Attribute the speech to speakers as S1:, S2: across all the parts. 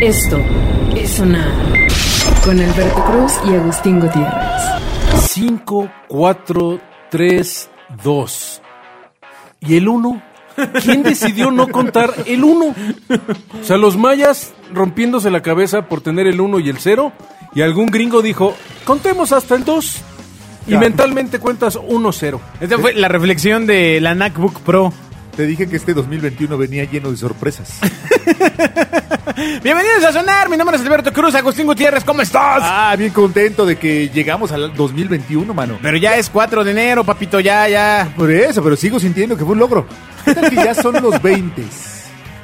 S1: Esto es sonar con Alberto Cruz y Agustín Gutiérrez.
S2: 5, 4, 3, 2. ¿Y el 1? ¿Quién decidió no contar el 1? O sea, los mayas rompiéndose la cabeza por tener el 1 y el 0. Y algún gringo dijo, contemos hasta el 2. Y mentalmente cuentas 1-0.
S3: Esta fue la reflexión de la MacBook Pro.
S4: Te dije que este 2021 venía lleno de sorpresas.
S3: Bienvenidos a Sonar, mi nombre es Alberto Cruz, Agustín Gutiérrez, ¿cómo estás?
S4: Ah, bien contento de que llegamos al 2021, mano.
S3: Pero ya es 4 de enero, papito, ya, ya.
S4: Por eso, pero sigo sintiendo que fue un logro. ¿Qué tal que ya son los 20?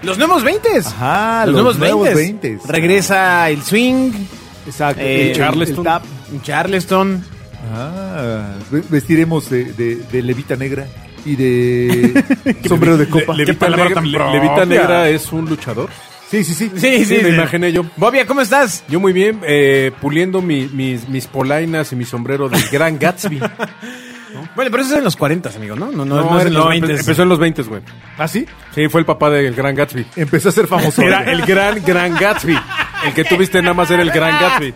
S3: Los nuevos 20
S4: Ajá,
S3: los,
S4: los
S3: nuevos,
S4: nuevos
S3: 20
S4: 20s.
S3: Regresa el swing,
S4: Exacto.
S3: Eh,
S4: El-
S2: Charleston.
S4: el tap.
S3: Charleston.
S4: Ah, ve- vestiremos de, de- de levita negra y de sombrero de copa.
S2: Levita
S5: palabra
S2: Negra-
S5: tan
S2: Le-
S5: propia.
S2: Levita Negra es un luchador.
S4: Sí, sí, sí.
S3: Sí, sí,
S2: me
S3: sí.
S2: imaginé yo.
S3: Bobia, ¿cómo estás?
S2: Yo muy bien, eh, puliendo mi- mis, mis polainas y mi sombrero del gran Gatsby.
S3: Bueno, pero eso es en los 40, amigo, ¿no? No, no, no, es
S2: era
S3: en los
S2: empe-
S3: 20.
S2: Empezó en los 20, güey.
S4: ¿Ah, sí?
S2: Sí, fue el papá del gran Gatsby.
S4: Empezó a ser famoso.
S2: Era el gran, gran Gatsby. El que tuviste nada más era el gran Gatsby.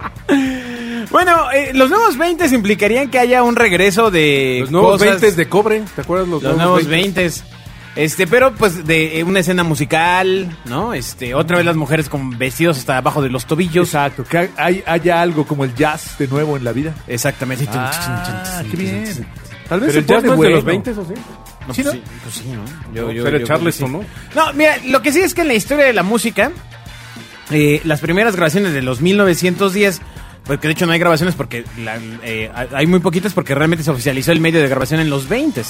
S3: Bueno, eh, los nuevos 20 implicarían que haya un regreso de
S2: Los nuevos
S3: cosas-
S2: 20 de cobre, ¿te acuerdas? Los,
S3: Los nuevos
S2: 20s?
S3: 20. Este, pero pues de eh, una escena musical, ¿no? Este, otra vez las mujeres con vestidos hasta abajo de los tobillos.
S4: Exacto, que hay- hay- haya algo como el jazz de nuevo en la vida.
S3: Exactamente.
S4: Ah, qué bien. Tal
S2: ¿Pero
S4: vez se
S2: el jazz
S4: pone
S2: no es de
S4: bueno.
S2: los 20 o sí?
S3: No,
S4: Sí,
S3: pues,
S4: ¿no?
S3: sí, pues sí, ¿no? Yo-
S2: No,
S3: yo-
S2: era
S3: yo creo
S2: Charleston,
S3: que sí. No, mira, lo que sí es que en la historia de la música, eh, las primeras grabaciones de los 1910, porque pues, de hecho no hay grabaciones porque la- eh, hay muy poquitas porque realmente se oficializó el medio de grabación en los 20.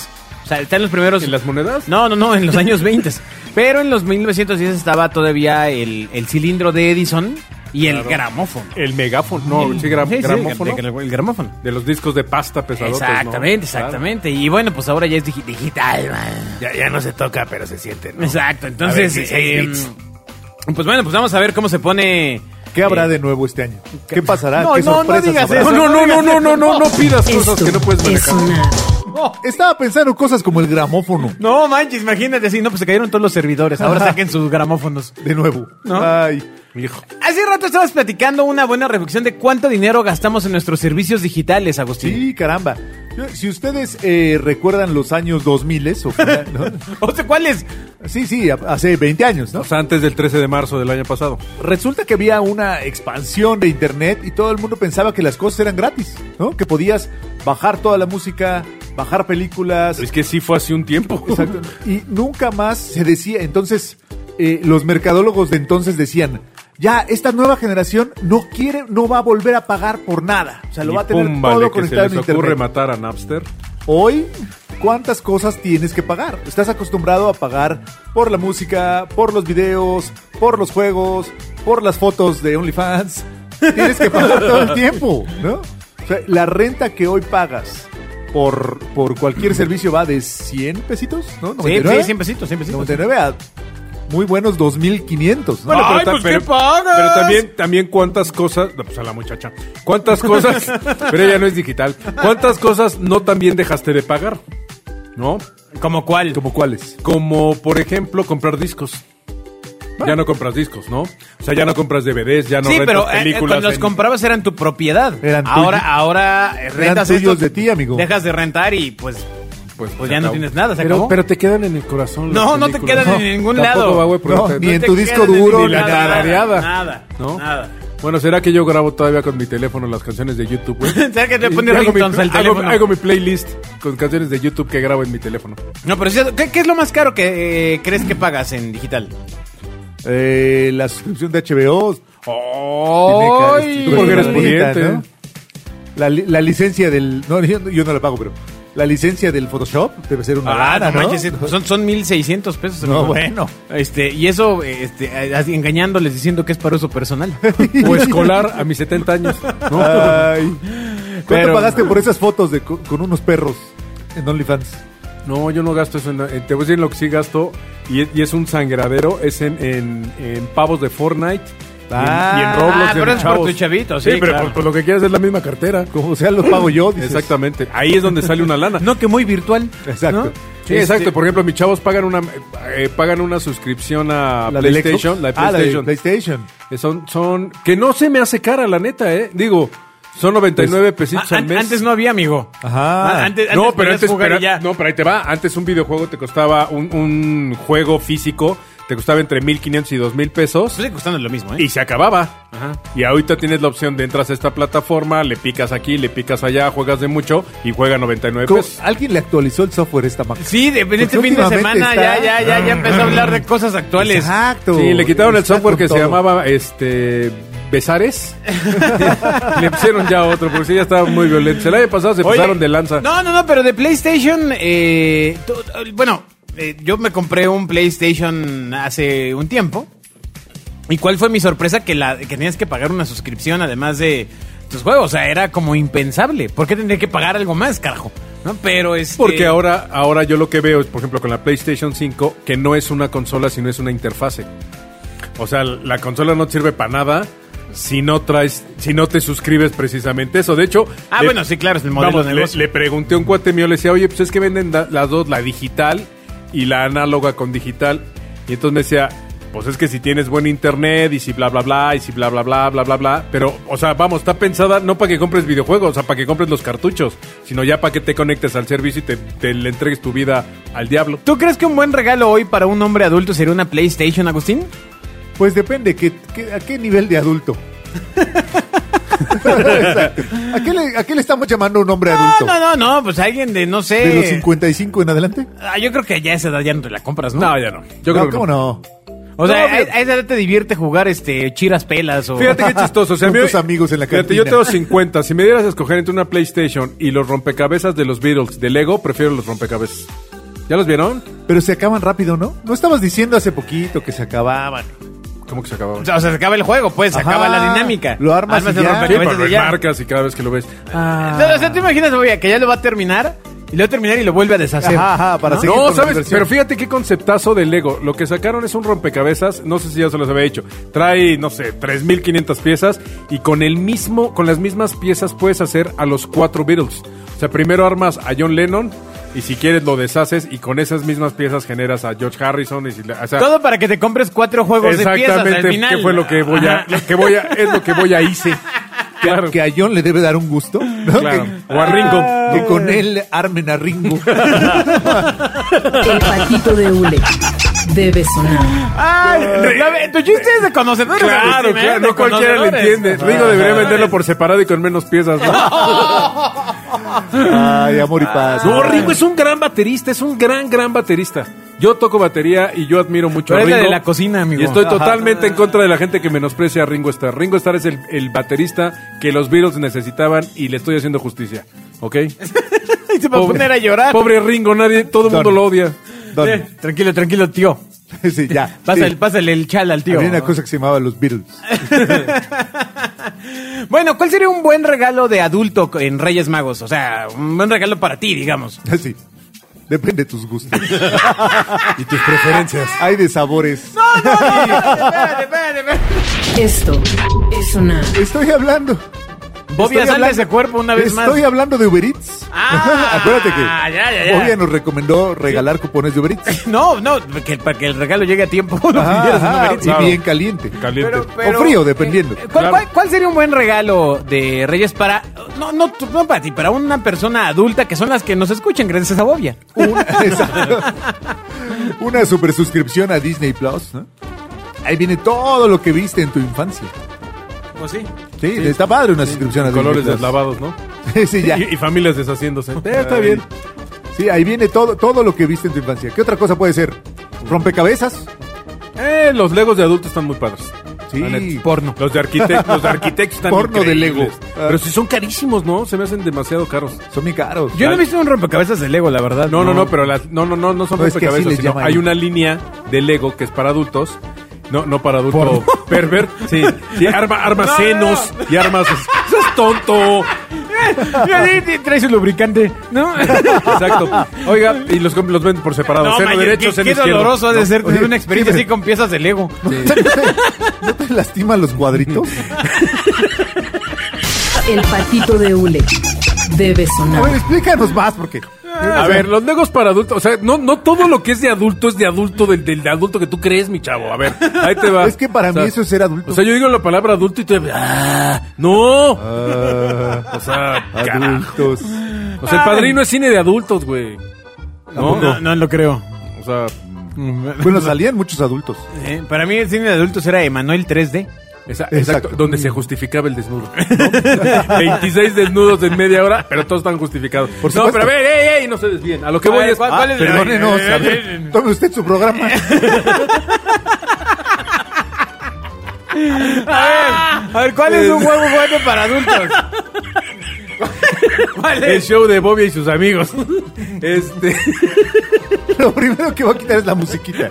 S3: O sea, están los primeros...
S2: ¿no? ¿En las monedas?
S3: No, no, no, en los años 20. Pero en los 1910 estaba todavía el, el cilindro de Edison y el gramófono.
S2: El megáfono. No, sí, gra-
S3: Sí, sí,
S2: gramófono.
S3: el- el- el gramófono.
S2: De los discos de pasta pesadotes, ¿no?
S3: Exactamente, exactamente. Y bueno, pues ahora ya es digi- digital, man.
S5: Ya, ya no se toca, pero se siente, ¿no?
S3: Exacto,
S5: ver,
S3: entonces...
S5: 16
S3: eh,
S5: bits.
S3: pues bueno, pues vamos a ver cómo se pone...
S4: ¿Qué habrá
S3: eh,
S4: de nuevo este año? ¿Qué pasará?
S3: No,
S4: ¿Qué
S3: no, no
S4: sorpresas
S3: digas
S4: habrá?
S3: eso.
S2: No, no, no, no, no, no, no, no pidas
S1: Esto
S2: cosas que no puedes
S1: es
S2: manejar.
S1: sonar
S4: Estaba pensando cosas como el gramófono.
S3: No, manches, imagínate así. No, pues se cayeron todos los servidores. Ahora saquen sus gramófonos.
S4: De nuevo.
S3: ¿No?
S4: Ay,
S2: Hijo.
S3: Hace rato estabas platicando una buena reflexión de cuánto dinero gastamos en nuestros servicios digitales, Agustín.
S4: sí, caramba. Yo- Si ustedes eh, recuerdan los años 2000, o fuera, ¿no?
S3: O sea, ¿cuál es?
S4: sí, sí, a- hace 20 años, ¿no?
S2: O sea, antes del 13 de marzo del año pasado.
S4: Resulta que había una expansión de internet y todo el mundo pensaba que las cosas eran gratis, ¿no? Que podías bajar toda la música, bajar películas,
S2: Es que sí fue hace un tiempo.
S4: Exacto. Y nunca más se decía. Entonces, eh, los mercadólogos de entonces decían: Ya, esta nueva generación no quiere, no va a volver a pagar por nada. O sea, lo
S2: Y
S4: va a tener
S2: pum,
S4: todo
S2: vale, que
S4: conectado
S2: se
S4: en
S2: les ocurre
S4: internet.
S2: matar a Napster.
S4: Hoy, ¿cuántas cosas tienes que pagar? Estás acostumbrado a pagar por la música, por los videos, por los juegos, por las fotos de OnlyFans. Tienes que pagar todo el tiempo, ¿no? O sea, la renta que hoy pagas por, por cualquier servicio va de 100 pesitos, ¿no?
S3: Sí,
S4: 99.
S3: sí, 100 pesitos,
S2: pues
S3: 100 pesitos.
S4: 99 a muy buenos 2500, ¿no?
S3: Bueno, pero
S2: Ay,
S3: ta-
S2: pues,
S3: pero-
S2: ¿qué pagas? Pero también, también cuántas cosas, no, pues a la muchacha, cuántas cosas, pero ella no es digital, cuántas cosas no también dejaste de pagar, ¿no?
S3: ¿Como cuál?
S4: ¿Como cuáles?
S2: Como, por ejemplo, comprar discos. Ya no compras discos, ¿no? O sea, ya no compras DVDs, ya no
S3: sí,
S2: rentas
S3: pero eh, eh,
S2: películas.
S3: cuando los
S2: en-
S3: comprabas eran tu propiedad.
S4: Eran
S3: ahora,
S4: tuyos.
S3: ahora eh, rentas
S4: tuyos
S3: esto,
S4: de ti, amigo.
S3: Dejas de rentar y pues,
S2: pues,
S3: pues
S2: se
S3: ya no
S2: acabó.
S3: tienes nada, se
S2: Pero,
S3: acabó.
S2: pero te quedan en el corazón. las
S3: no, no te
S2: películas.
S3: quedan en ningún
S2: tampoco
S3: lado.
S2: va, güey, porque
S4: No,
S2: te-
S4: ni en
S3: te
S4: tu disco
S3: quedan en
S4: duro,
S3: ningún
S4: ni
S3: lado,
S4: nada.
S2: tarareada,
S3: Nada,
S2: ¿no?
S3: nada.
S2: Bueno, ¿será que yo grabo todavía con mi teléfono las canciones de YouTube, güey?
S3: ¿Será que te
S2: Y
S3: pone
S2: hago mi-
S3: ringtones al
S2: hago-
S3: teléfono?
S2: Hago mi playlist con canciones de YouTube que grabo en mi teléfono.
S3: No, pero sí, ¿qué, qué es lo más caro que eh, crees que pagas en digital?
S4: Eh, la suscripción de HBO.
S3: ¡Ay!
S2: Tú porque eres
S4: Ahorita,
S2: pudiente.
S4: ¿no? La, li- la licencia del. No, yo, yo no la pago, pero. La licencia del Photoshop debe ser una.
S3: Ah,
S4: lana,
S3: no manches, eh, son, son 1.600 pesos. amigo.
S4: bueno.
S3: Este, y eso, eh, este, eh, así engañándoles diciendo que es para uso personal.
S2: O escolar a mis 70 años. ¿no?
S3: Ah.
S4: Ay. ¿Cuánto
S3: Pero-
S4: pagaste por esas fotos de, co- con unos perros en OnlyFans?
S2: No, yo no gasto eso. En, la- en- te voy a decir en lo que sí gasto. Y, es- y es un sangradero. Es en, en- en pavos de Fortnite. y en- y, en,
S4: Ah,
S2: Roblox.
S3: pero
S2: de
S3: es por tu chavito, sí,
S2: pero
S3: claro.
S2: por, por lo que quieres es la misma cartera.
S4: Como sea, lo pago yo. dices.
S2: Exactamente. Ahí es donde sale una lana.
S3: no, que muy virtual.
S4: Exacto. Este,
S3: ¿no?
S2: Sí, exacto. Por ejemplo, mis chavos pagan una eh, pagan una suscripción a
S4: La de
S2: PlayStation, la de
S4: Xbox. Ah, la de
S2: PlayStation.
S4: PlayStation.
S2: Eh, Son, son, que no se me hace cara, la neta, ¿eh? Digo, son 99 pesitos
S3: Ah,
S2: al
S3: an-
S2: mes.
S3: Antes no había, amigo.
S4: Ajá.
S3: Ah, Antes, antes
S2: no, pero
S3: podías
S2: antes,
S3: jugar y
S2: pero-
S3: ya.
S2: no, pero ahí te va. Antes un videojuego te costaba, un, un juego físico, te costaba entre 1.500 y 2.000 pesos.
S3: Sigue costando lo mismo, ¿eh?
S2: Y se acababa. Y ahorita tienes la opción de entras a esta plataforma, le picas aquí, le picas allá, juegas de mucho y juega 99
S4: ¿Cómo-
S2: pesos.
S4: Alguien le actualizó el software a esta máquina.
S3: Sí, de, en
S4: Porque
S3: este fin de
S4: últimamente
S3: semana
S4: está-
S3: ya, ya,
S2: Ah.
S3: ya, ya empezó a hablar de cosas actuales.
S4: Exacto.
S2: Sí, le quitaron el
S4: Está
S2: software
S4: con
S2: que se
S4: todo.
S2: llamaba este Besares. le pusieron ya otro, porque sí ya estaba muy violento. El año pasado se
S3: Oye,
S2: pasaron de lanza.
S3: No, no, no, pero de PlayStation, eh, tú- eh, bueno, eh, yo me compré un PlayStation hace un tiempo. ¿Y cuál fue mi sorpresa? Que, la, que tenías que pagar una suscripción además de tus juegos. O sea, era como impensable. ¿Por qué tendría que pagar algo más, carajo? ¿No? Pero este es.
S2: Porque ahora, ahora yo lo que veo es, por ejemplo, con la PlayStation 5, que no es una consola, sino es una interfase. O sea, la consola no sirve para nada si no traes, si no te suscribes precisamente eso. De hecho,
S3: Ah,
S2: le-
S3: bueno, sí, claro, es el modelo
S2: vamos,
S3: de
S2: le-
S3: negocio.
S2: Le, pregunté a un cuate mío, le decía, oye, pues es que venden da- las dos, la digital y la análoga con digital. Y entonces me decía, pues es que si tienes buen internet y si bla, bla, bla, y si bla, bla, bla, bla, bla, bla. Pero, o sea, vamos, está pensada no para que compres videojuegos, o sea, para que compres los cartuchos, sino ya para que te conectes al servicio y te, te le entregues tu vida al diablo.
S3: ¿Tú crees que un buen regalo hoy para un hombre adulto sería una PlayStation, Agustín?
S4: Pues depende, que, que- ¿a qué nivel de adulto? Exacto. ¿A qué, le, ¿A qué le estamos llamando un hombre
S3: No,
S4: adulto?
S3: no, no, no, pues alguien de, no sé.
S4: ¿De los 55 en adelante?
S3: Ah, yo creo que ya a esa edad ya no te la compras, ¿no?
S2: No, ya no. Yo
S4: no,
S2: creo que
S4: ¿cómo
S2: no.
S4: no?
S3: O sea,
S4: No,
S3: a, a esa edad te divierte jugar este chiras pelas o.
S2: Fíjate qué chistoso. O sea,
S4: Con
S2: a mí-
S4: tus amigos en la
S2: Fíjate, yo
S4: cantina.
S2: tengo 50. Si me dieras a escoger entre una PlayStation y los rompecabezas de los Beatles de Lego, prefiero los rompecabezas. ¿Ya los vieron?
S4: Pero se acaban rápido, ¿no? No estabas diciendo hace poquito que se
S3: Ah,
S4: acababan.
S2: ¿Cómo que se acabaron?
S3: O sea, se acaba el juego, pues, se
S4: Ajá.
S3: acaba la dinámica.
S4: Lo armas y
S3: el
S4: ya.
S2: Sí,
S3: rompecabezas
S2: pero lo
S3: y ya.
S2: marcas y cada vez que lo ves.
S3: No, o sea, ¿te imaginas, voy que ya lo va a terminar? Y lo va a terminar y lo vuelve a deshacer.
S4: Ajá, ajá, para seguir con
S2: No,
S4: la
S2: ¿sabes?
S4: diversión.
S2: Pero fíjate qué conceptazo de Lego. Lo que sacaron es un rompecabezas, no sé si ya se los había hecho. Trae, no sé, 3500 piezas y con el mismo con las mismas piezas puedes hacer a los cuatro Beatles. O sea, primero armas a John Lennon y si quieres lo deshaces y con esas mismas piezas generas a George Harrison y si le- o sea,
S3: Todo para que te compres cuatro juegos de piezas al
S2: exactamente
S3: final.
S2: qué fue lo que voy a
S3: Ajá.
S2: lo que voy a es lo que voy a hice. Claro.
S4: Que a John le debe dar un gusto. ¿no?
S2: Claro.
S4: Que,
S2: O a Ringo.
S3: Ah.
S4: que con él armen a Ringo.
S1: El patito de hule debe sonar.
S3: Ay, Ah, la ve- tu chiste es de conocedores.
S2: eh, Claro,
S3: Agustín, ¿eh?
S2: claro,
S3: De
S2: no cualquiera lo
S3: conocedores.
S2: entiende. Ringo debería venderlo por separado y con menos piezas. ¿no?
S4: Ay, amor y paz.
S2: No,
S3: Ah.
S2: Ringo es un gran baterista, es un gran, gran baterista. Yo toco batería y yo admiro mucho
S3: Pero
S2: a
S3: es la
S2: Ringo.
S3: de la cocina, amigo.
S2: Y estoy
S3: Ajá.
S2: totalmente en contra de la gente que menosprecia a Ringo Starr. Ringo Starr es el, el baterista que los Beatles necesitaban y le estoy haciendo justicia. ¿Ok?
S3: Y se va a poner a llorar.
S2: Pobre Ringo, nadie, todo el
S4: Don.
S2: mundo lo odia.
S4: Don.
S3: Eh, Tranquilo, tranquilo, tío.
S4: Sí, ya.
S3: Pásale,
S4: sí.
S3: pásale el chal al tío.
S4: Había una cosa que se llamaba los Beatles.
S3: Bueno, ¿cuál sería un buen regalo de adulto en Reyes Magos? O sea, un buen regalo para ti, digamos.
S4: Así. Depende de tus gustos.
S2: Y tus preferencias.
S4: Hay de sabores.
S3: espérate, espérate, espérate.
S1: Esto es sonar.
S4: Estoy hablando.
S3: Bobia,
S4: Estoy
S3: sal de
S4: hablando-
S3: ese cuerpo una vez más.
S4: Estoy hablando de Uber Eats.
S3: Ah,
S4: Acuérdate
S3: ya,
S4: que
S3: ya, ya.
S4: Bobia nos recomendó regalar cupones de Uber Eats.
S3: No, no, que, para que el regalo llegue a tiempo. no
S4: Ajá,
S3: pidieras
S4: ajá,
S3: un
S4: y
S3: numerito.
S2: Claro.
S4: bien caliente.
S2: Caliente.
S3: Pero- pero-
S4: o frío, dependiendo.
S3: Eh, ¿cuál,
S2: Claro.
S3: cuál, cuál sería un buen regalo de Reyes para. No, no, tú- no para ti, para una persona adulta que son las que nos escuchan gracias a Bobia.
S4: Una, exacto. Una super suscripción a Disney Plus. ¿no? Ahí viene todo lo que viste en tu infancia.
S3: Pues sí.
S4: Sí, está padre una suscripción a
S2: Colores
S4: Disney Plus.
S2: deslavados, ¿no?
S4: sí, ya.
S2: Y, y familias deshaciéndose. Eh, está
S4: Ay.
S2: bien.
S4: Sí, ahí viene todo, todo lo que viste en tu infancia. ¿Qué otra cosa puede ser? ¿Rompecabezas?
S2: Eh, los legos de adultos están muy padres.
S4: Sí.
S2: La neta.
S3: Porno.
S2: Los de arquitectos, los de arquitectos están
S4: Porno de
S2: increíbles.
S4: Lego. Ah.
S2: Pero si son carísimos, ¿no? Se me hacen demasiado caros.
S4: Son muy caros.
S3: Yo no he visto un rompecabezas de Lego, la verdad.
S2: No, no, no, pero las, no, no, no, no son
S4: No, es que así
S2: rompecabezas,
S4: les
S2: sino
S4: llaman.
S2: hay una línea de Lego que es para adultos. No, no para adulto pervert. Sí, sí arma, arma
S3: No, no,
S2: senos y armas. ¡Seas tonto!
S3: Mira, sí, sí, Trae su lubricante, ¿no?
S2: Exacto. Oiga, y los, los venden por separado.
S3: No,
S2: Cero
S3: man,
S2: derecho,
S3: qué,
S2: cero
S3: qué
S2: izquierdo.
S3: doloroso ha de ser tener
S4: Oye,
S3: una experiencia
S4: sí,
S3: así con piezas de Lego.
S4: ¿No te, no te lastiman los cuadritos?
S1: El patito de hule debe
S4: A ver,
S1: sonar.
S4: explícanos más porque
S2: A ver, los negros para adultos. O sea, no, no todo lo que es de adulto es de adulto, del, del adulto que tú crees, mi chavo. A ver, ahí te va.
S4: Es que para
S2: O sea,
S4: mí eso es ser adulto.
S2: O sea, yo digo la palabra adulto y te. ¡Ah! ¡No!
S4: Ah,
S2: o sea, carajo.
S4: adultos.
S2: O sea, el padrino es cine de adultos, güey.
S3: No,
S2: ¿No?
S3: no, no lo creo.
S2: O sea,
S4: Bueno, salían muchos adultos.
S3: Eh, para mí el cine de adultos era Emanuel 3D.
S2: esa- exacto,
S4: Exacto.
S2: donde se justificaba el desnudo. ¿no? 26 desnudos en media hora, pero todos están justificados.
S4: Por
S2: no,
S4: supuesto.
S2: pero a ver, ey, ey, no se desvíen. A lo que
S3: A
S2: voy
S3: ver,
S2: Ah, es.
S3: ¿cuál- cuál es la-
S4: Ah, Perdónenos,
S3: eh,
S4: a ver, tome usted su programa.
S3: A ver, ¿cuál es un huevo bueno para adultos? ¿Cuál
S2: El
S3: es?
S2: show de Bobby y sus amigos. Este.
S4: Lo primero que va a quitar es la musiquita.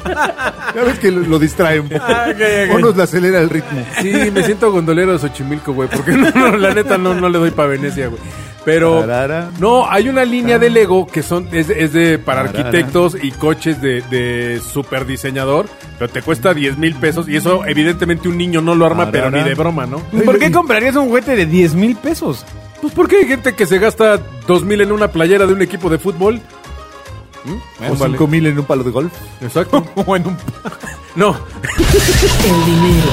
S4: Ya ves que lo, lo distrae un poco.
S2: Ah,
S3: ok, ok.
S4: O nos la acelera el ritmo.
S2: Sí, me siento gondolero de Xochimilco, güey. Porque no, no, la neta no, no le doy para Venecia, güey. Pero.
S4: Tarara.
S2: No, hay una línea de Lego que son es, de- es de para arquitectos y coches de, de super diseñador. Pero te
S3: Mm.
S2: cuesta 10 mil pesos. Y eso, evidentemente, un niño no lo arma, pero
S4: Tarara.
S2: ni de broma, ¿no?
S3: ¿Por qué comprarías un juguete de 10 mil pesos?
S2: Pues porque hay gente que se gasta 2 mil en una playera de un equipo de fútbol.
S4: O
S2: Vale.
S4: cinco mil en un palo de golf.
S2: Exacto.
S3: O en un
S2: No,
S1: El dinero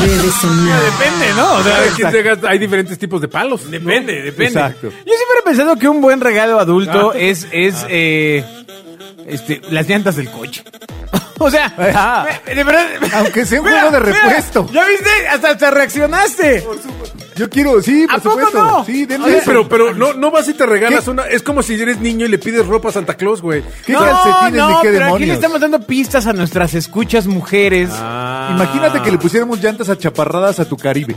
S1: debe sonar.
S3: Depende, ¿no? O sea,
S2: cada quien se gasta- hay diferentes tipos de palos. ¿no?
S3: depende, depende.
S4: Exacto.
S3: Yo siempre he pensado que un buen regalo adulto
S4: Ah.
S3: es, es eh, este, las llantas del coche. O sea,
S4: Ah.
S3: me- de verdad.
S4: Aunque sea un juego de repuesto.
S3: ¿Ya viste? Hasta te reaccionaste.
S4: Yo quiero, sí, por
S3: ¿A poco
S4: supuesto.
S3: no?
S4: Sí, denme
S2: Sí,
S4: eso.
S2: pero, pero no, no vas y te regalas
S4: ¿Qué?
S2: una. Es como si eres niño y le pides ropa a Santa Claus, güey.
S4: ¿Qué calcetines ni qué
S3: pero aquí le
S4: demonios?
S3: estamos dando pistas a nuestras escuchas mujeres. Ah.
S4: Imagínate que le pusiéramos llantas achaparradas a tu Caribe.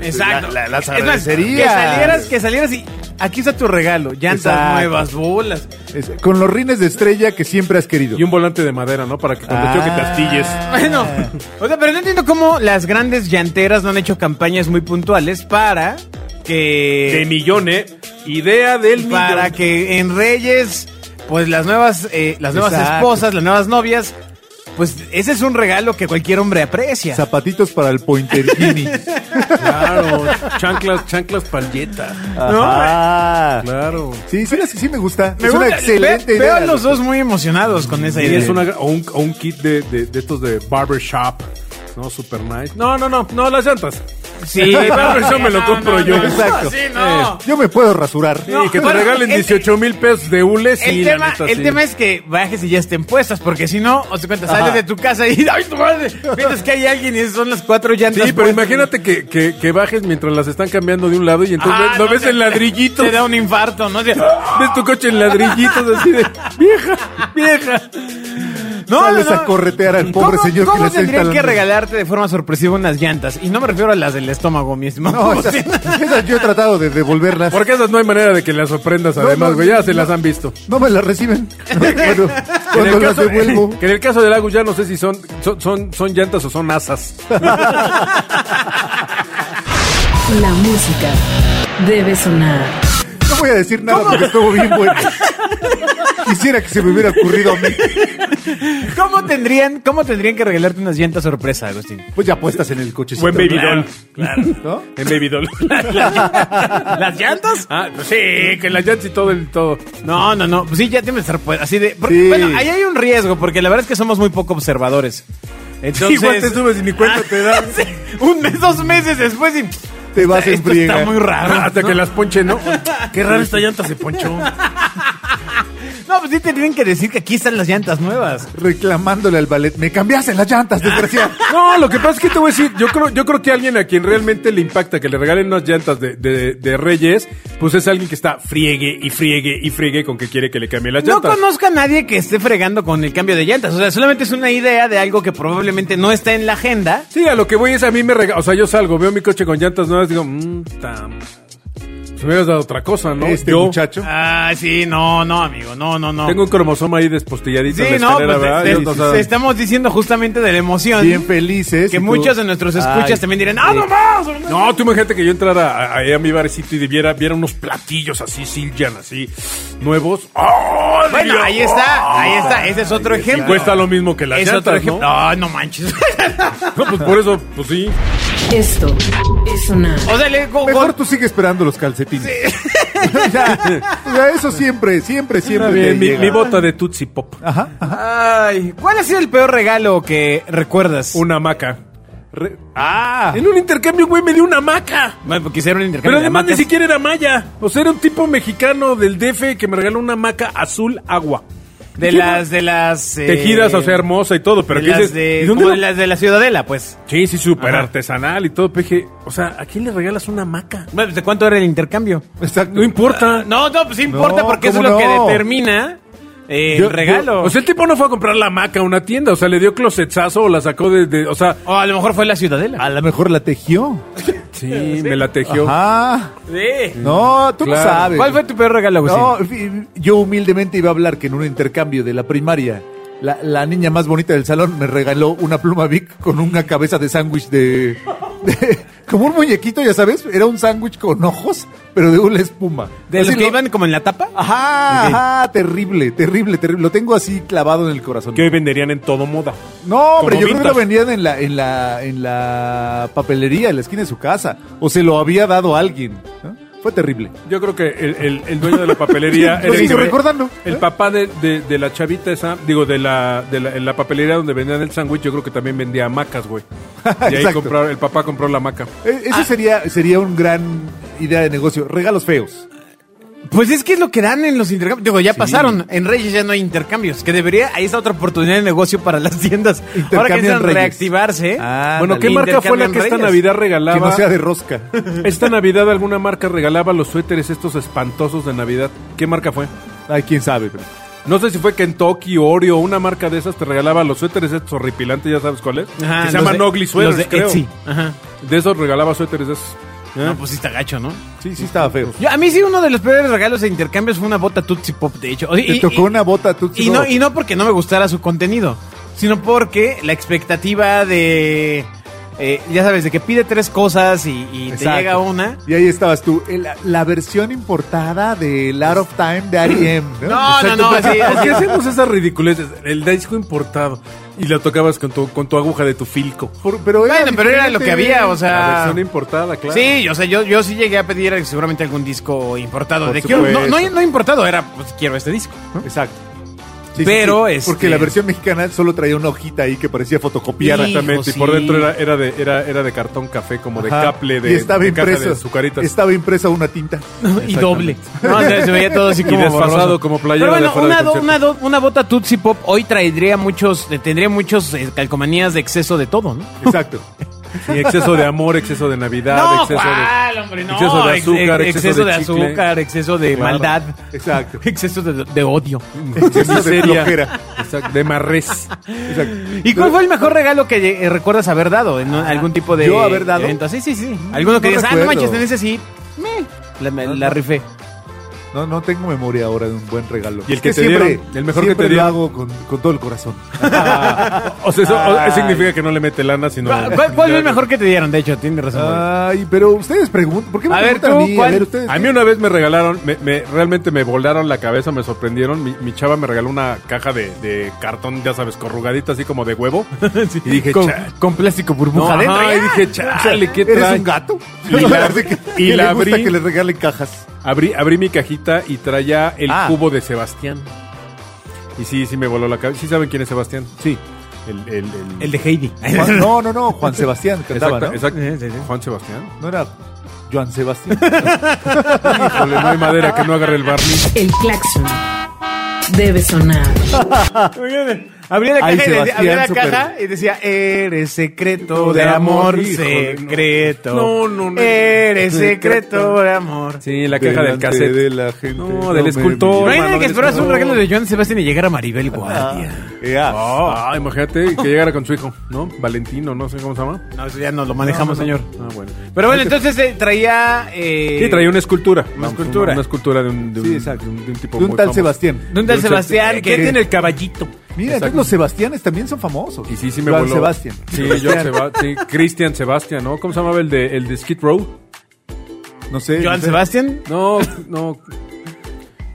S3: Exacto.
S4: La- la- las
S3: Es más,
S4: agradecerías.
S3: que salieras, que salieras y aquí está tu regalo. Llantas
S4: Exacto.
S3: nuevas, bolas.
S4: Es- con los rines de estrella que siempre has querido.
S2: Y un volante de madera, ¿no? Para que cuando
S3: Ah.
S2: quiero que te astilles.
S3: Bueno, o sea, pero no entiendo cómo las grandes llanteras no han hecho campañas muy puntuales para
S2: De
S3: que
S2: millón, ¿eh? Idea del millón.
S3: para que en Reyes, pues las nuevas, eh, las nuevas
S4: Exacto.
S3: esposas, las nuevas novias, pues ese es un regalo que cualquier hombre aprecia.
S4: Zapatitos para el pointergini.
S2: Claro. Chanclas, chanclas palletas.
S4: Ajá.
S2: Claro.
S4: Sí, sí, sí, sí me gusta.
S3: Me
S4: es una
S3: gusta-
S4: excelente
S3: ve- Veo
S4: idea.
S3: a los dos muy emocionados con esa
S2: Y
S3: idea.
S2: es una, o, un, o un kit de, de, de estos de barbershop. No, super nice. No, no, no, no, las llantas.
S3: Sí,
S2: Claro, eso me lo compro yo.
S4: Exacto. Eh,
S3: Sí, no.
S4: Yo me puedo rasurar.
S2: Sí,
S3: No,
S2: que te
S3: bueno,
S2: regalen
S3: el-
S2: 18 mil pesos de hule. Sí,
S3: el
S2: la
S3: tema,
S2: neta,
S3: el
S2: sí.
S3: tema es que bajes y ya estén puestas, porque si no, o te cuentas, sales
S4: Ajá.
S3: de tu casa y ¡ay, tu madre! Piensas que hay alguien y son las cuatro
S2: Sí,
S3: llantas.
S2: pero
S3: puestas.
S2: imagínate que, que, que bajes mientras las están cambiando de un lado y
S4: pues,
S2: entonces
S3: Ah,
S2: lo
S3: no,
S2: ves
S3: te-
S2: en ladrillitos.
S3: Te da un infarto, ¿no? De-
S2: Ves tu coche en ladrillitos así de vieja, vieja.
S3: No,
S4: Sales a corretear al pobre
S3: ¿Cómo-
S4: señor que
S3: ¿Cómo
S4: le está
S3: tendrían que
S4: instalando?
S3: regalarte de forma sorpresiva unas llantas? Y no me refiero a las del estómago, mi estimado.
S4: No, esas, esas yo he tratado de devolverlas.
S2: Porque esas no hay manera de que las sorprendas,
S4: No,
S2: además,
S4: no,
S2: güey. Ya
S4: no.
S2: se las han visto.
S4: No me las reciben. Cuando,
S2: En
S4: cuando
S2: el
S4: las
S2: caso-
S4: devuelvo.
S2: Que en el caso del Agus ya no sé si son, son, son, son llantas o son asas.
S1: La música debe sonar.
S4: No voy a decir nada porque estuvo bien bueno. Quisiera que se me hubiera ocurrido a mí.
S3: ¿Cómo tendrían, ¿Cómo tendrían que regalarte unas llantas sorpresa, Agustín?
S4: Pues ya apuestas en el coche.
S2: Buen baby doll.
S4: ¿No?
S2: En baby doll.
S3: ¿Las llantas?
S2: Ah, pues sí, que las llantas y todo el todo.
S3: No, no, no. Pues sí, ya tienes que estar pues, así de. porque,
S4: Sí.
S3: Bueno, ahí hay un riesgo, porque la verdad es que somos muy poco observadores. Entonces.
S2: Igual te subes y ni cuenta te das.
S3: Sí, un mes, dos meses después y.
S4: Te vas en
S3: Esto
S4: friega.
S3: está muy raro.
S2: Hasta
S3: ¿no?
S2: que las ponche, ¿no? Qué rara esta llanta se ponchó.
S3: No, pues sí te tienen que decir que aquí están las llantas nuevas.
S4: Reclamándole al ballet. Me cambiaste las llantas, desgraciado.
S2: No, lo que pasa es que te voy a decir, yo creo, yo creo que alguien a quien realmente le impacta que le regalen unas llantas de, de- de Reyes, pues es alguien que está friegue y friegue y friegue con que quiere que le cambie las
S3: No
S2: llantas.
S3: conozco a nadie que esté fregando con el cambio de llantas. O sea, solamente es una idea de algo que probablemente no está en la agenda.
S2: Sí, a lo que voy es a mí me regalan, o sea, yo salgo, veo mi coche con llantas nuevas, digo, mmm, tam. Pues me hubieras dado otra cosa, ¿no?
S4: Este
S2: yo
S4: muchacho.
S3: Ah, sí, no, no, amigo. No, no, no.
S2: tengo un cromosoma ahí despostilladito
S3: Sí,
S2: en la
S3: no,
S2: escalera,
S3: pues,
S2: ¿verdad?
S3: te-
S2: Yo
S3: te-
S2: no sab-
S3: te estamos diciendo justamente de la emoción.
S4: Bien felices.
S3: que
S4: y tú-
S3: muchos de nuestros escuchas
S4: Ay,
S3: también dirán, ¡ah,
S4: sí.
S3: no más!
S2: No, tú imagínate que yo entrara a- ahí a mi barecito y viera, viera unos platillos así, Siljan, así, nuevos. ¡Oh,
S3: Bueno,
S2: Dios!
S3: ahí está, ahí está. Ese es otro
S2: Y
S3: ejemplo.
S2: cuesta lo mismo que las
S3: Es
S2: llantas,
S3: otro
S2: ¿no?
S3: ejemplo. No, no manches.
S2: No, pues por eso, pues sí.
S1: Esto es sonar.
S3: o sea, le,
S4: Mejor tú sigue esperando los calcetines. o sea, o sea, eso siempre, siempre, siempre.
S2: Está bien,
S4: te
S2: mi,
S4: llega.
S2: mi bota de Tootsie Pop.
S4: Ajá, ajá.
S3: Ay, ¿cuál ha sido el peor regalo que recuerdas?
S2: Una hamaca.
S4: Re-
S3: Ah,
S2: En un intercambio, güey, me dio una hamaca.
S3: bueno, porque hicieron un
S2: Pero
S3: intercambio de
S2: además ni
S3: hamacas.
S2: siquiera era maya. O sea, era un tipo mexicano del DF que me regaló una hamaca azul agua.
S3: de las de las eh,
S2: Tejidas, o sea, hermosa y todo, pero
S3: de
S2: ¿qué
S3: las
S2: dices?
S3: de-
S2: ¿Y dónde
S3: como
S2: lo-
S3: de las de la Ciudadela, pues.
S2: Sí, sí, súper
S3: Ajá.
S2: artesanal y todo. Pero dije, o sea, ¿a quién le regalas una hamaca?
S3: Bueno, ¿de cuánto era el intercambio?
S4: Exacto.
S2: No importa.
S3: Ah, No, no, pues sí importa
S4: No,
S3: porque eso es
S4: ¿cómo
S3: lo que
S4: no?
S3: determina eh,
S2: Yo-
S3: el regalo.
S2: yo- o sea, el tipo no fue a comprar la hamaca a una tienda. O sea, le dio closetazo o la sacó de. de- o sea,
S3: O a lo mejor fue la Ciudadela.
S4: A lo mejor la tejió.
S2: sí, me la tejió.
S4: Ajá.
S3: Sí.
S4: No, tú
S2: Claro.
S4: no sabes.
S3: ¿Cuál fue tu peor regalo,
S2: Pues
S3: Agustín?
S4: No, en fin, yo humildemente iba a hablar que en un intercambio de la primaria, la, la niña más bonita del salón me regaló una pluma Vic con una cabeza de sándwich de, de- Como un muñequito, ya sabes, era un sándwich con ojos, pero de una espuma.
S3: ¿De los
S4: Así
S3: que
S4: lo-
S3: iban como en la tapa?
S4: Ajá, ajá, terrible, terrible, terrible. Lo tengo así clavado en el corazón.
S2: Que hoy venderían en todo moda.
S4: No, hombre,
S2: Como
S4: yo creo que lo
S2: vintage.
S4: vendían en la, en la, en la papelería, en la esquina de su casa. O se lo había dado a alguien. ¿no? Fue terrible.
S2: Yo creo que el, el- el dueño de la papelería.
S4: Lo
S2: el
S4: sigo
S2: que-
S4: recordando.
S2: El
S4: ¿Eh?
S2: papá de, de- de la chavita esa, digo, de la, de la, en la papelería donde vendían el sándwich, yo creo que también vendía hamacas, güey. Y ahí
S4: Exacto.
S2: compraron, el papá compró la hamaca.
S4: E- Eso sería, sería un gran idea de negocio. Regalos feos.
S3: Pues es que es lo que dan en los intercambios. Digo, ya pasaron. En Reyes ya no hay intercambios. Que debería, ahí está otra oportunidad de negocio para las tiendas. Ahora que
S4: Intercambian
S3: necesitan
S4: Reyes.
S3: reactivarse.
S4: Ah,
S2: bueno, ¿qué marca fue la que esta Navidad regalaba?
S4: Que no sea de rosca.
S2: Esta Navidad alguna marca regalaba los suéteres estos espantosos de Navidad. ¿Qué marca fue?
S4: Ay, quién sabe. Pero...
S2: No sé si fue Kentucky, Oreo, una marca de esas te regalaba los suéteres estos horripilantes, ya sabes cuál es. que se llaman Ugly Sweaters,
S3: Los de
S2: creo.
S3: Etsy. Ajá.
S2: De esos regalaba suéteres de esos.
S3: No, pues sí está gacho, ¿no?
S4: Sí, sí estaba feo.
S3: Yo- a mí sí uno de los peores regalos de intercambios fue una bota Tootsie Pop, de hecho. O sea,
S4: Te
S3: y-
S4: tocó
S3: y-
S4: una bota tú.
S3: Y no, y no porque no me gustara su contenido, sino porque la expectativa de... eh, ya sabes, de que pide tres cosas y, y te
S4: Exacto.
S3: llega una.
S4: Y ahí estabas tú. El- La, versión importada del Out of Time de R.E.M. No,
S3: No, no, no, así,
S2: ¿Por
S3: así.
S2: qué hacemos esas ridiculeces? El disco importado. Y lo tocabas con tu, con tu aguja de tu filco.
S4: Por- pero
S3: Bueno, pero era lo que
S4: diferente.
S3: había, o sea.
S2: La versión importada, claro.
S3: Sí, o sea, yo, yo sí llegué a pedir seguramente algún disco importado.
S4: Por
S3: De quiero- no, no,
S4: supuesto.
S3: no importado, era pues quiero este disco.
S4: Exacto.
S3: Pero, este-
S4: Porque la versión mexicana solo traía una hojita ahí que parecía fotocopiada.
S3: Hijo,
S2: Exactamente,
S3: sí.
S2: y por dentro era, era, de, era, era de cartón café, como de
S4: Ajá.
S2: caple, de,
S4: y estaba
S2: de caja
S4: impresa.
S2: de azucaritas.
S4: Estaba impresa una tinta.
S3: Y doble. No, o sea, se veía todo así como
S2: desfasado
S3: borroso.
S2: como playera
S3: Pero
S2: de
S3: bueno,
S2: fuera de
S3: una, do-
S2: concierto.
S3: una, do- una bota Tootsie Pop hoy traería muchos, eh, tendría muchos eh, calcomanías de exceso de todo, ¿no?
S4: Exacto.
S2: Sí, exceso de amor, exceso de Navidad, exceso de...
S3: ¿cuál, hombre?
S2: exceso de azúcar,
S3: ex-
S2: exceso
S3: exceso
S2: de
S3: de,
S2: chicle.
S3: azúcar, exceso de
S2: Claro. Mm.
S3: maldad,
S4: Exacto.
S3: exceso de, de odio.
S4: Exceso de
S2: miseria.
S4: flojera.
S2: Exacto, de marrés.
S4: Exacto.
S3: ¿Y cuál fue el mejor regalo que eh, recuerdas haber dado? ¿En un- algún tipo de
S4: ¿Yo haber dado?
S3: evento? Sí, sí, sí. Alguno que
S4: No
S3: digas, ah, no
S4: recuerdo.
S3: manches, en ese sí. meh, La, me- la rifé.
S4: No, no tengo memoria ahora de un buen regalo.
S2: ¿Y el
S4: Es
S2: que te dieron? El mejor que
S4: siempre
S2: te dieron.
S4: lo hago con, con todo el corazón.
S2: O sea, eso o-
S4: Ay.
S2: significa que no le mete lana, sino...
S3: ¿Cuál, cuál fue el mejor que te dieron? De hecho, tienes razón. Mauricio.
S4: Ay, pero ustedes preguntan. ¿Por qué me
S3: A ver,
S4: preguntan
S3: tú,
S4: a mí?
S3: ¿cuál?
S4: A ver, ustedes.
S2: A mí una vez me regalaron, me, me- realmente me volaron la cabeza, me sorprendieron. Mi, mi chava me regaló una caja de, de cartón, ya sabes, corrugadita, así como de huevo. Y dije,
S3: con,
S2: "Cha-
S3: con plástico
S2: no, ajá",
S3: burbuja adentro.
S2: y
S3: ya.
S2: dije, chale, ¿qué
S4: ¿Eres
S2: trae?
S4: un gato?
S2: Y la-
S4: Así que-
S2: y
S4: que
S2: la
S4: le gusta
S2: abrí.
S4: que le regalen cajas.
S2: Abrí, abrí mi cajita y traía el
S4: Ah.
S2: cubo de Sebastián. Y sí, sí me voló la cabeza. ¿Sí saben quién es Sebastián? Sí. El, el, el-
S3: El de Heidi.
S4: Juan- no, no, no. Juan Sebastián cantaba,
S2: Exacta-
S4: ¿no?
S2: exacto.
S3: Sí, sí, sí.
S2: Juan Sebastián.
S4: No era Juan Sebastián.
S2: Híjole, no hay madera que no agarre el barniz.
S1: El claxon debe sonar.
S3: Abría la, caja,
S4: Ay,
S3: y le-
S4: Sebastián,
S3: abría la
S4: súper-
S3: caja y decía, eres secreto de
S2: De amor,
S3: amor,
S2: híjole, no.
S3: secreto.
S2: No, no, no.
S3: Eres secreto
S2: Secreto.
S3: de amor.
S2: Sí, la caja del
S4: Delante
S2: cassette.
S4: de la gente.
S2: No,
S4: No
S2: del
S4: me
S2: escultor.
S3: No hay
S2: mano,
S3: nadie que
S2: del
S3: esperas un
S2: escultor.
S3: regalo de Joan Sebastián y llegar a Maribel Guardia.
S4: Ya.
S2: Ah, imagínate que llegara con su hijo, ¿no? Valentino, no sé cómo se llama.
S3: No, eso ya nos lo manejamos, señor.
S2: Ah, bueno.
S3: Pero bueno, entonces eh, traía... eh,
S2: Sí, traía una escultura. Vamos,
S3: escultura.
S2: Una, escultura de un, de un-
S4: Sí, exacto.
S2: de un- de un tipo
S4: De un
S2: muy
S4: tal
S2: famoso.
S4: Sebastián.
S3: de un tal Sebastián que tiene el...
S2: caballito.
S4: Mira, entonces los Sebastianes también son famosos.
S2: Y sí, sí me
S4: Juan
S2: voló.
S4: Sebastián.
S2: Sí, yo Seba- sí, Cristian Sebastián, ¿no? ¿Cómo se llamaba el de, el de Skid Row?
S4: No sé.
S3: Joan
S4: no sé.
S3: Sebastián.
S2: No, no.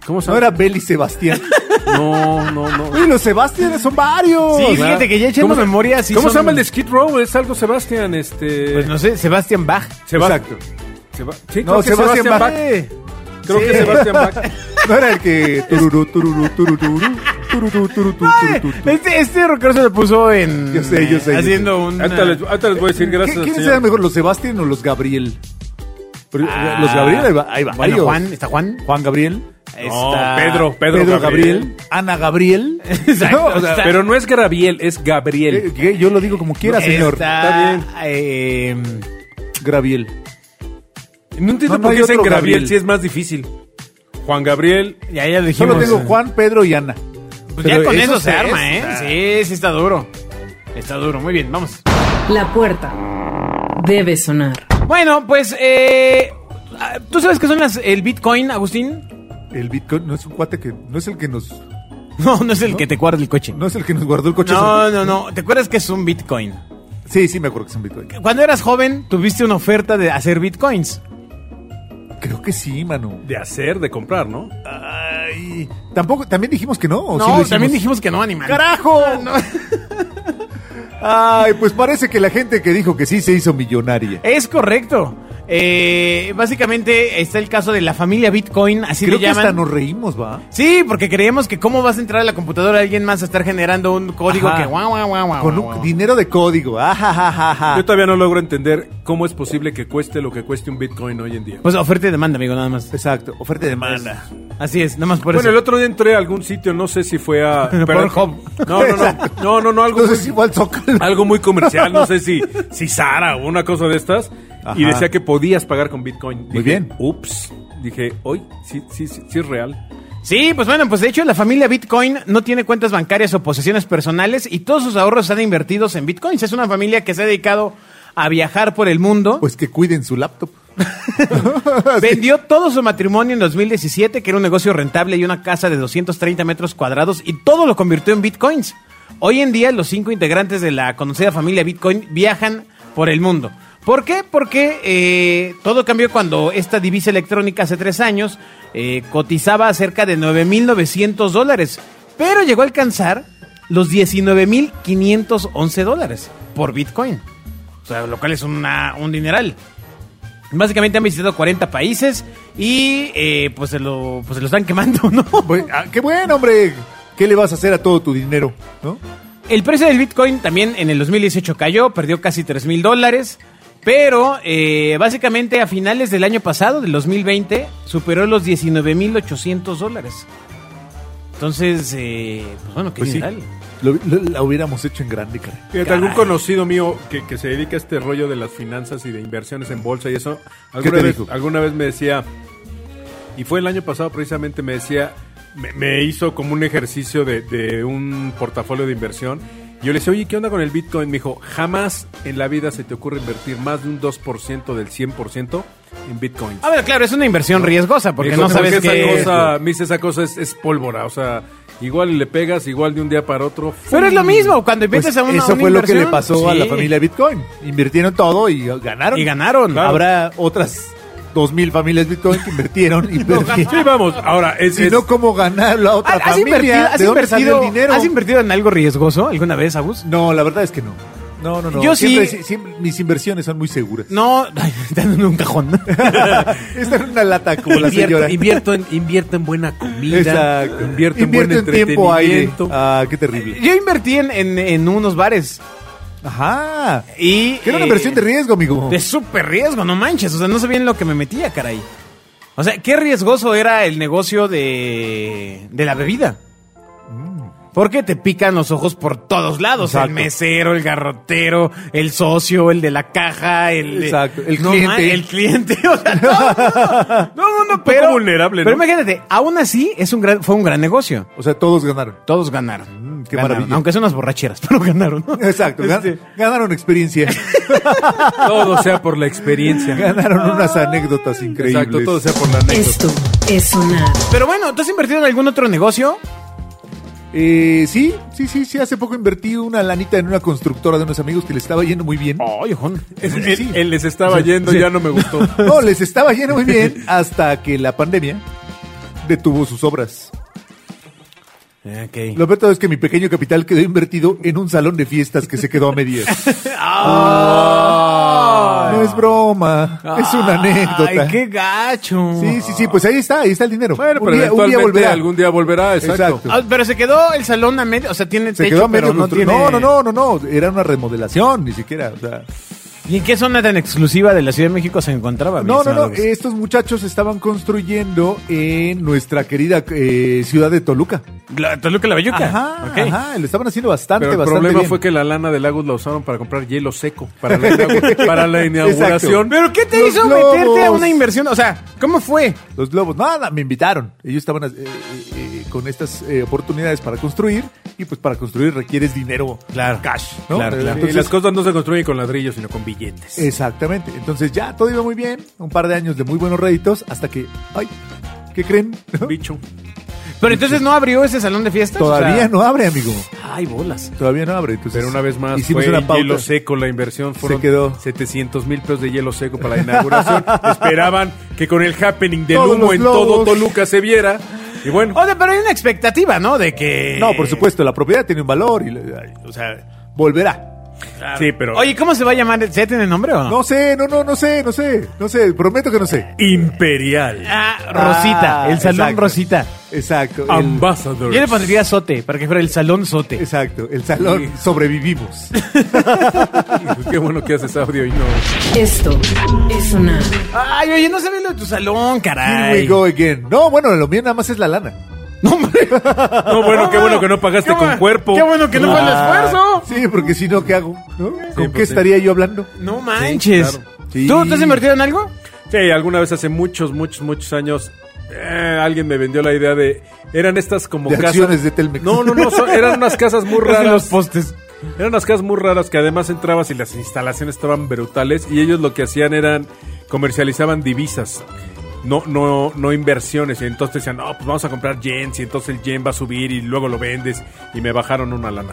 S2: ¿Cómo se
S4: No
S2: llama?
S4: era Beli Sebastián.
S2: No, no, no.
S4: Uy, los Sebastianes son varios.
S3: Sí,
S2: ¿verdad?
S3: fíjate que ya echando
S2: ¿Cómo se-
S3: memoria, sí
S2: ¿Cómo se
S3: son-
S2: llama el de este? Skid Row? Es algo Sebastián, este...
S3: Pues no sé, Sebastián Bach.
S2: Seba-
S4: Exacto.
S2: Seba- sí, creo
S4: No,
S2: que
S4: Sebastián
S2: Sebastián
S4: Bach.
S2: Bach. Creo que Sebastián Bach.
S4: No era el que. Tururú, tururú, tururú, tururú, tururú, tururú, tururú.
S3: Este, este rockero se lo puso en.
S4: Yo sé, yo sé, yo
S3: Haciendo un.
S2: Ahorita les, ahorita les voy a decir gracias
S4: ¿Qui-
S2: al
S4: ¿Quiénes
S2: señor.
S4: eran mejor, los Sebastián o los Gabriel? Pero,
S3: Ah.
S4: los Gabriel, ahí va. Ahí va
S3: Bueno, Juan, ¿está Juan?
S4: Juan Gabriel.
S2: No,
S3: Está-
S2: Pedro, Pedro,
S4: Gabriel.
S2: Gabriel.
S4: Ana Gabriel.
S3: Exacto,
S4: No, o sea,
S3: está-
S2: Pero no es Gabriel, es
S4: eh,
S2: Gabriel.
S4: que yo lo digo como quiera, señor.
S3: Está, em,
S2: Está
S3: bien.
S4: Gabriel.
S2: No entiendo
S4: No, no
S2: por
S4: hay
S2: qué dicen
S4: otro
S2: Gabriel,
S4: Gabriel.
S2: si es más difícil. Juan Gabriel.
S3: ya, ya lo dijimos.
S4: Solo tengo Juan, Pedro y Ana.
S3: Pues ya
S4: Pero
S3: con eso
S4: esos
S3: se
S4: tres,
S3: arma, ¿eh?
S4: o sea,
S3: Sí, sí, está duro. Está duro, muy bien, vamos.
S1: La puerta debe sonar.
S3: Bueno, pues, eh, ¿tú sabes qué son las, el Bitcoin, Agustín?
S4: El Bitcoin no es un cuate que. No es el que nos.
S3: No, no es el que te guarda el coche.
S4: No es el que nos guardó el coche.
S3: No, no, no. ¿Te acuerdas que es un Bitcoin?
S4: Sí, sí, me acuerdo que es un Bitcoin.
S3: Cuando eras joven, tuviste una oferta de hacer Bitcoins.
S4: Creo que sí, mano.
S2: De hacer, de comprar, ¿no?
S4: Ay. Tampoco, también dijimos que no. ¿o sí lo
S3: No,
S4: hicimos?
S3: también dijimos que Ah, no, animal.
S4: ¡Carajo! Ay, pues parece que la gente que dijo que sí se hizo millonaria.
S3: Es correcto. Eh, básicamente está el caso de la familia Bitcoin, así
S4: Creo
S3: le
S4: que hasta
S3: llaman.
S4: nos reímos, ¿va?
S3: Sí, porque creíamos que cómo vas a entrar a la computadora de alguien más a estar generando un código
S4: Ajá.
S3: que guau, guau, guau, guau,
S4: Con
S3: guau,
S4: un
S3: guau.
S4: dinero de código. Ah, Ajajajaja.
S2: Yo todavía no logro entender cómo es posible que cueste lo que cueste un Bitcoin hoy en día.
S3: Pues oferta y demanda, amigo, nada más.
S4: Exacto, oferta y demanda.
S3: Así es, nada más por
S2: bueno, el
S3: eso.
S2: otro día entré a algún sitio, no sé si fue a...
S3: Pornhub.
S2: No, no, no, no, no, no, algo,
S4: Entonces
S2: muy,
S4: igual Zócalo.
S2: algo muy comercial, no sé si, si Sara o una cosa de estas. Y
S4: Ajá.
S2: decía que podías pagar con Bitcoin. Dije,
S4: bien.
S2: Ups, dije, hoy sí, sí, sí, sí es real.
S3: Sí, pues bueno, pues de hecho la familia Bitcoin no tiene cuentas bancarias o posesiones personales y todos sus ahorros están invertidos en Bitcoins. Es una familia que se ha dedicado a viajar por el mundo.
S4: Pues que cuiden su laptop.
S3: Vendió todo su matrimonio en 2017, que era un negocio rentable y una casa de 230 metros cuadrados, y todo lo convirtió en bitcoins. Hoy en día, los cinco integrantes de la conocida familia Bitcoin viajan por el mundo. ¿Por qué? Porque eh, todo cambió cuando esta divisa electrónica hace tres años eh, cotizaba cerca de 9.900 dólares, pero llegó a alcanzar los 19.511 dólares por Bitcoin. O sea, lo cual es una- un dineral. Básicamente han visitado 40 países y eh, pues, se lo, pues se lo están quemando, ¿no?
S4: Pues, ah, ¡Qué bueno, hombre! ¿Qué le vas a hacer a todo tu dinero? ¿No?
S3: El precio del Bitcoin también en el 2018 cayó, perdió casi 3 mil dólares, pero eh, básicamente a finales del año pasado, del 2020, superó los 19 mil 800 dólares. Entonces, eh, pues bueno, qué
S4: Pues sí.
S3: dineral.
S4: Lo, lo- la hubiéramos hecho en grande, cara.
S2: Fíjate,
S3: Caray.
S2: algún conocido mío que, que se dedica a este rollo de las finanzas y de inversiones en bolsa y eso, alguna,
S4: te
S2: vez,
S4: dijo?
S2: alguna vez me decía, y fue el año pasado precisamente, me decía, me, me hizo como un ejercicio de, de un portafolio de inversión. Y Yo le decía, oye, ¿qué onda con el Bitcoin? Me dijo, jamás en la vida se te ocurre invertir más de un 2% del 100% en Bitcoin.
S3: Ah, bueno, claro, es una inversión riesgosa porque
S2: Dijo,
S3: no sabes
S2: esa
S3: qué...
S2: cosa, me dice, esa cosa es, es pólvora, o sea, igual le pegas, igual de un día para otro.
S3: Pero es lo mismo, cuando inviertes
S4: Pues,
S3: a una,
S4: eso
S3: una
S4: fue lo que le
S3: inversión,
S4: pasó a la
S3: sí.
S4: familia Bitcoin. Invirtieron todo y ganaron.
S3: Y ganaron.
S2: Claro.
S4: Habrá otras dos mil familias Bitcoin que invirtieron y perdieron.
S2: Sí, vamos, ahora es...
S4: Si
S2: es-
S4: no, ¿cómo ganar la otra
S3: ¿Has,
S4: familia?
S3: invertido, has
S4: ¿De dónde sale
S3: invertido-
S4: el dinero?
S3: has invertido en algo riesgoso alguna vez, Agus?
S4: No, la verdad es que no. No, no, no.
S3: Yo
S4: Siempre-
S3: sí.
S4: si- siempre- mis inversiones son muy seguras.
S3: No, están en un cajón.
S4: Esta era una lata como la
S2: invierto,
S4: señora.
S2: invierto en, invierto en buena comida.
S4: Exacto.
S2: Invierto en buen
S4: tiempo aire.
S2: entretenimiento.
S4: Ah, qué terrible.
S3: Yo invertí en, en- en unos bares.
S4: Ajá.
S3: Y,
S4: Que era una
S3: eh,
S4: inversión de riesgo, amigo.
S3: De súper riesgo, no manches. O sea, no sabía en lo que me metía, caray. O sea, qué riesgoso era el negocio de, de la bebida. Porque te pican los ojos por todos lados.
S4: Exacto.
S3: El mesero, el garrotero, el socio, el de la caja, el, de-
S4: Exacto, el
S3: No
S4: cliente.
S3: man- el cliente. O sea, todo el mundo. Todo el mundo, pero.
S2: vulnerable, ¿no?
S3: Pero imagínate, aún así es un gran, fue un gran negocio.
S4: O sea, todos ganaron.
S3: Todos ganaron.
S4: Mm, qué
S3: Ganaron,
S4: maravilla.
S3: Aunque son unas borracheras, pero ganaron. ¿no?
S4: Exacto. gan-
S3: Este,
S4: Ganaron experiencia. Ah.
S2: Todo sea por la experiencia.
S4: ganaron unas
S3: Ah.
S4: anécdotas increíbles.
S2: Exacto, todo sea por la anécdota.
S1: Esto es sonar.
S3: Pero bueno, ¿tú has invertido en algún otro negocio?
S4: Eh, sí, sí, sí, sí. Hace poco invertí una lanita en una constructora de unos amigos que le estaba yendo muy bien.
S3: Ay, ojón.
S2: Es-
S4: Sí, sí.
S2: Él, él les estaba yendo, ya no me gustó.
S4: No, les estaba yendo muy bien hasta que la pandemia detuvo sus obras.
S3: Eh,
S4: Lo peor de todo es que mi pequeño capital quedó invertido en un salón de fiestas que se quedó a medias.
S3: Ah.
S4: No es es broma. es una anécdota.
S3: Ay, qué gacho.
S4: Sí, sí, sí, pues ahí está, ahí está el dinero.
S2: Bueno,
S4: Un
S2: pero
S4: día- un día
S2: eventualmente
S4: volverá.
S2: algún día volverá, exacto.
S4: Exacto.
S3: Ah, pero se quedó el salón a medio, o sea, tiene
S4: Se
S3: techo,
S4: quedó a medio
S3: pero no
S4: constru-
S3: tiene...
S4: no, no, no, no, no, era una remodelación, ni siquiera. o sea.
S3: ¿Y en qué zona tan exclusiva de la Ciudad de México se encontraba? mi
S4: No, no, eh,
S3: estimado
S4: no,
S3: Gus?
S4: estos muchachos estaban construyendo en nuestra querida eh, ciudad de Toluca.
S3: La- Toluca la Belluca.
S4: Ajá,
S3: Ok.
S4: ajá, lo estaban haciendo bastante,
S2: Pero el
S4: bastante
S2: problema
S4: bien.
S2: fue que la lana de Lagos la usaron para comprar hielo seco para la, inaugu- para la inauguración.
S3: ¿Pero
S4: Exacto.
S3: qué te
S4: Los
S3: hizo
S4: globos.
S3: meterte a una inversión? O sea, ¿cómo fue?
S4: Los globos, nada, me invitaron. Ellos estaban eh, eh, eh, con estas eh, oportunidades para construir y pues para construir requieres dinero,
S3: Claro.
S4: cash, ¿no?
S3: Claro, claro.
S2: Y las cosas no se construyen con ladrillos, sino con billetes.
S4: eh, Exactamente. Entonces ya todo iba muy bien, un par de años de muy buenos réditos hasta que, ay, ¿qué creen?
S2: Bicho.
S3: Pero entonces no abrió ese salón de fiestas.
S4: Todavía no abre, amigo.
S3: Ay, bolas.
S4: Todavía no abre. Entonces,
S2: Pero una vez más,
S4: hicimos
S2: fue
S4: una pauta.
S2: hielo seco la inversión. Fueron
S4: quedó.
S2: 700 mil pesos de hielo seco para la inauguración. Esperaban que con el happening del
S4: Todos
S2: humo
S4: los
S2: en todo
S4: globos.
S2: Toluca se viera. Y bueno,
S3: O sea, pero hay una expectativa, ¿no? De que.
S4: No, por supuesto, la propiedad tiene un valor y, ay, o sea, volverá.
S2: sí, pero...
S3: Oye, ¿cómo se va a llamar? ¿Se tiene nombre o no?
S4: Ah. No sé, no, no, no sé, no sé, no sé, prometo que no sé.
S2: Imperial.
S3: Ah, Rosita.
S4: Ah,
S3: el salón
S4: exacto.
S3: Rosita.
S4: Exacto. el-
S2: Ambassador.
S3: Yo le pondría Sote, para que fuera el salón Sote.
S4: exacto, el salón
S2: Sí.
S4: sobrevivimos.
S2: Qué bueno que haces audio y no...
S1: Esto es sonar.
S3: Ay, oye, no sabes lo de tu salón,
S4: Here we
S3: caray.
S4: go again. No, bueno, lo mío nada más es la lana.
S3: No, hombre.
S2: No, bueno, qué bueno que no pagaste
S3: Qué
S2: con
S3: bueno-
S2: cuerpo.
S3: Qué bueno que no fue el esfuerzo.
S4: Ah. Sí, porque si no, ¿qué hago? ¿No? ¿Con qué
S2: pues sí.
S4: estaría yo hablando?
S3: No manches.
S2: claro.
S4: Sí.
S3: ¿Tú, ¿Tú has invertido en algo?
S2: Sí, alguna vez hace muchos, muchos, muchos años eh, alguien me vendió la idea de eran estas como
S4: De
S2: casas
S4: acciones de Telmex.
S2: No, no, no, son- eran unas casas muy
S3: Casi
S2: raras.
S3: los postes.
S2: Eran unas casas muy raras que además entrabas y las instalaciones estaban brutales y ellos lo que hacían eran comercializaban divisas. No, no, no inversiones. Y entonces decían, no, pues vamos a comprar yens y entonces el yen va a subir y luego lo vendes. Y me bajaron una lana.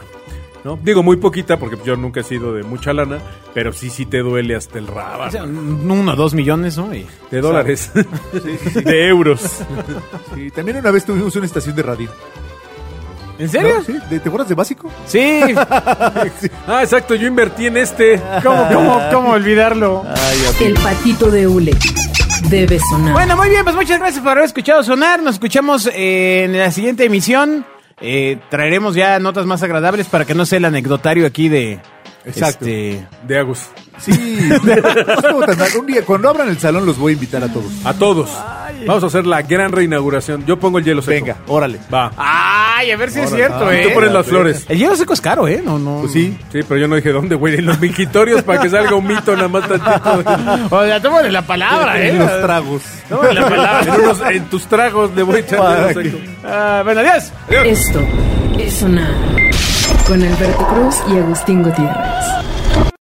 S2: ¿no? Digo muy poquita porque yo nunca he sido de mucha lana, pero sí, sí te duele hasta el
S3: O sea,
S2: rábano.
S3: un- uno, dos millones, ¿no? Y-
S2: De dólares. De euros.
S4: Sí, también una vez tuvimos una estación de radio.
S3: ¿En serio?
S4: ¿No? ¿Sí? ¿De- ¿Te acuerdas de básico?
S3: Sí.
S2: Ah, exacto, yo invertí en este.
S3: ¿Cómo, cómo, cómo olvidarlo?
S1: El patito de Ule debe sonar.
S3: Bueno, muy bien, pues muchas gracias por haber escuchado sonar. Nos escuchamos eh, en la siguiente emisión. Eh, traeremos ya notas más agradables para que no sea el anecdotario aquí de.
S4: Exacto.
S3: este,
S2: De Agus.
S4: Sí. No estuvo tan mal. Un día, cuando abran el salón, los voy a invitar a todos.
S2: A todos. Vamos a hacer la gran reinauguración. Yo pongo el hielo seco.
S4: Venga, órale.
S2: Va.
S3: Ay, a ver si es
S4: Ahora,
S3: Ah, cierto,
S4: ah,
S2: Y
S3: ¿eh?
S2: tú pones las
S4: Venga.
S2: flores.
S3: El hielo seco es caro, ¿eh? No, no.
S4: Pues sí.
S2: Sí, pero yo no dije dónde, güey. En los mingitorios para que salga un mito nada más tantito.
S3: O sea, tómale la
S2: Ah,
S3: palabra, ¿eh?
S4: En los tragos.
S3: Tómale la palabra.
S2: En, unos- en tus tragos le voy a echar hielo
S4: Para
S2: seco.
S3: Ah, bueno, adiós.
S1: Esto es sonar. Con Alberto Cruz y Agustín Gutiérrez.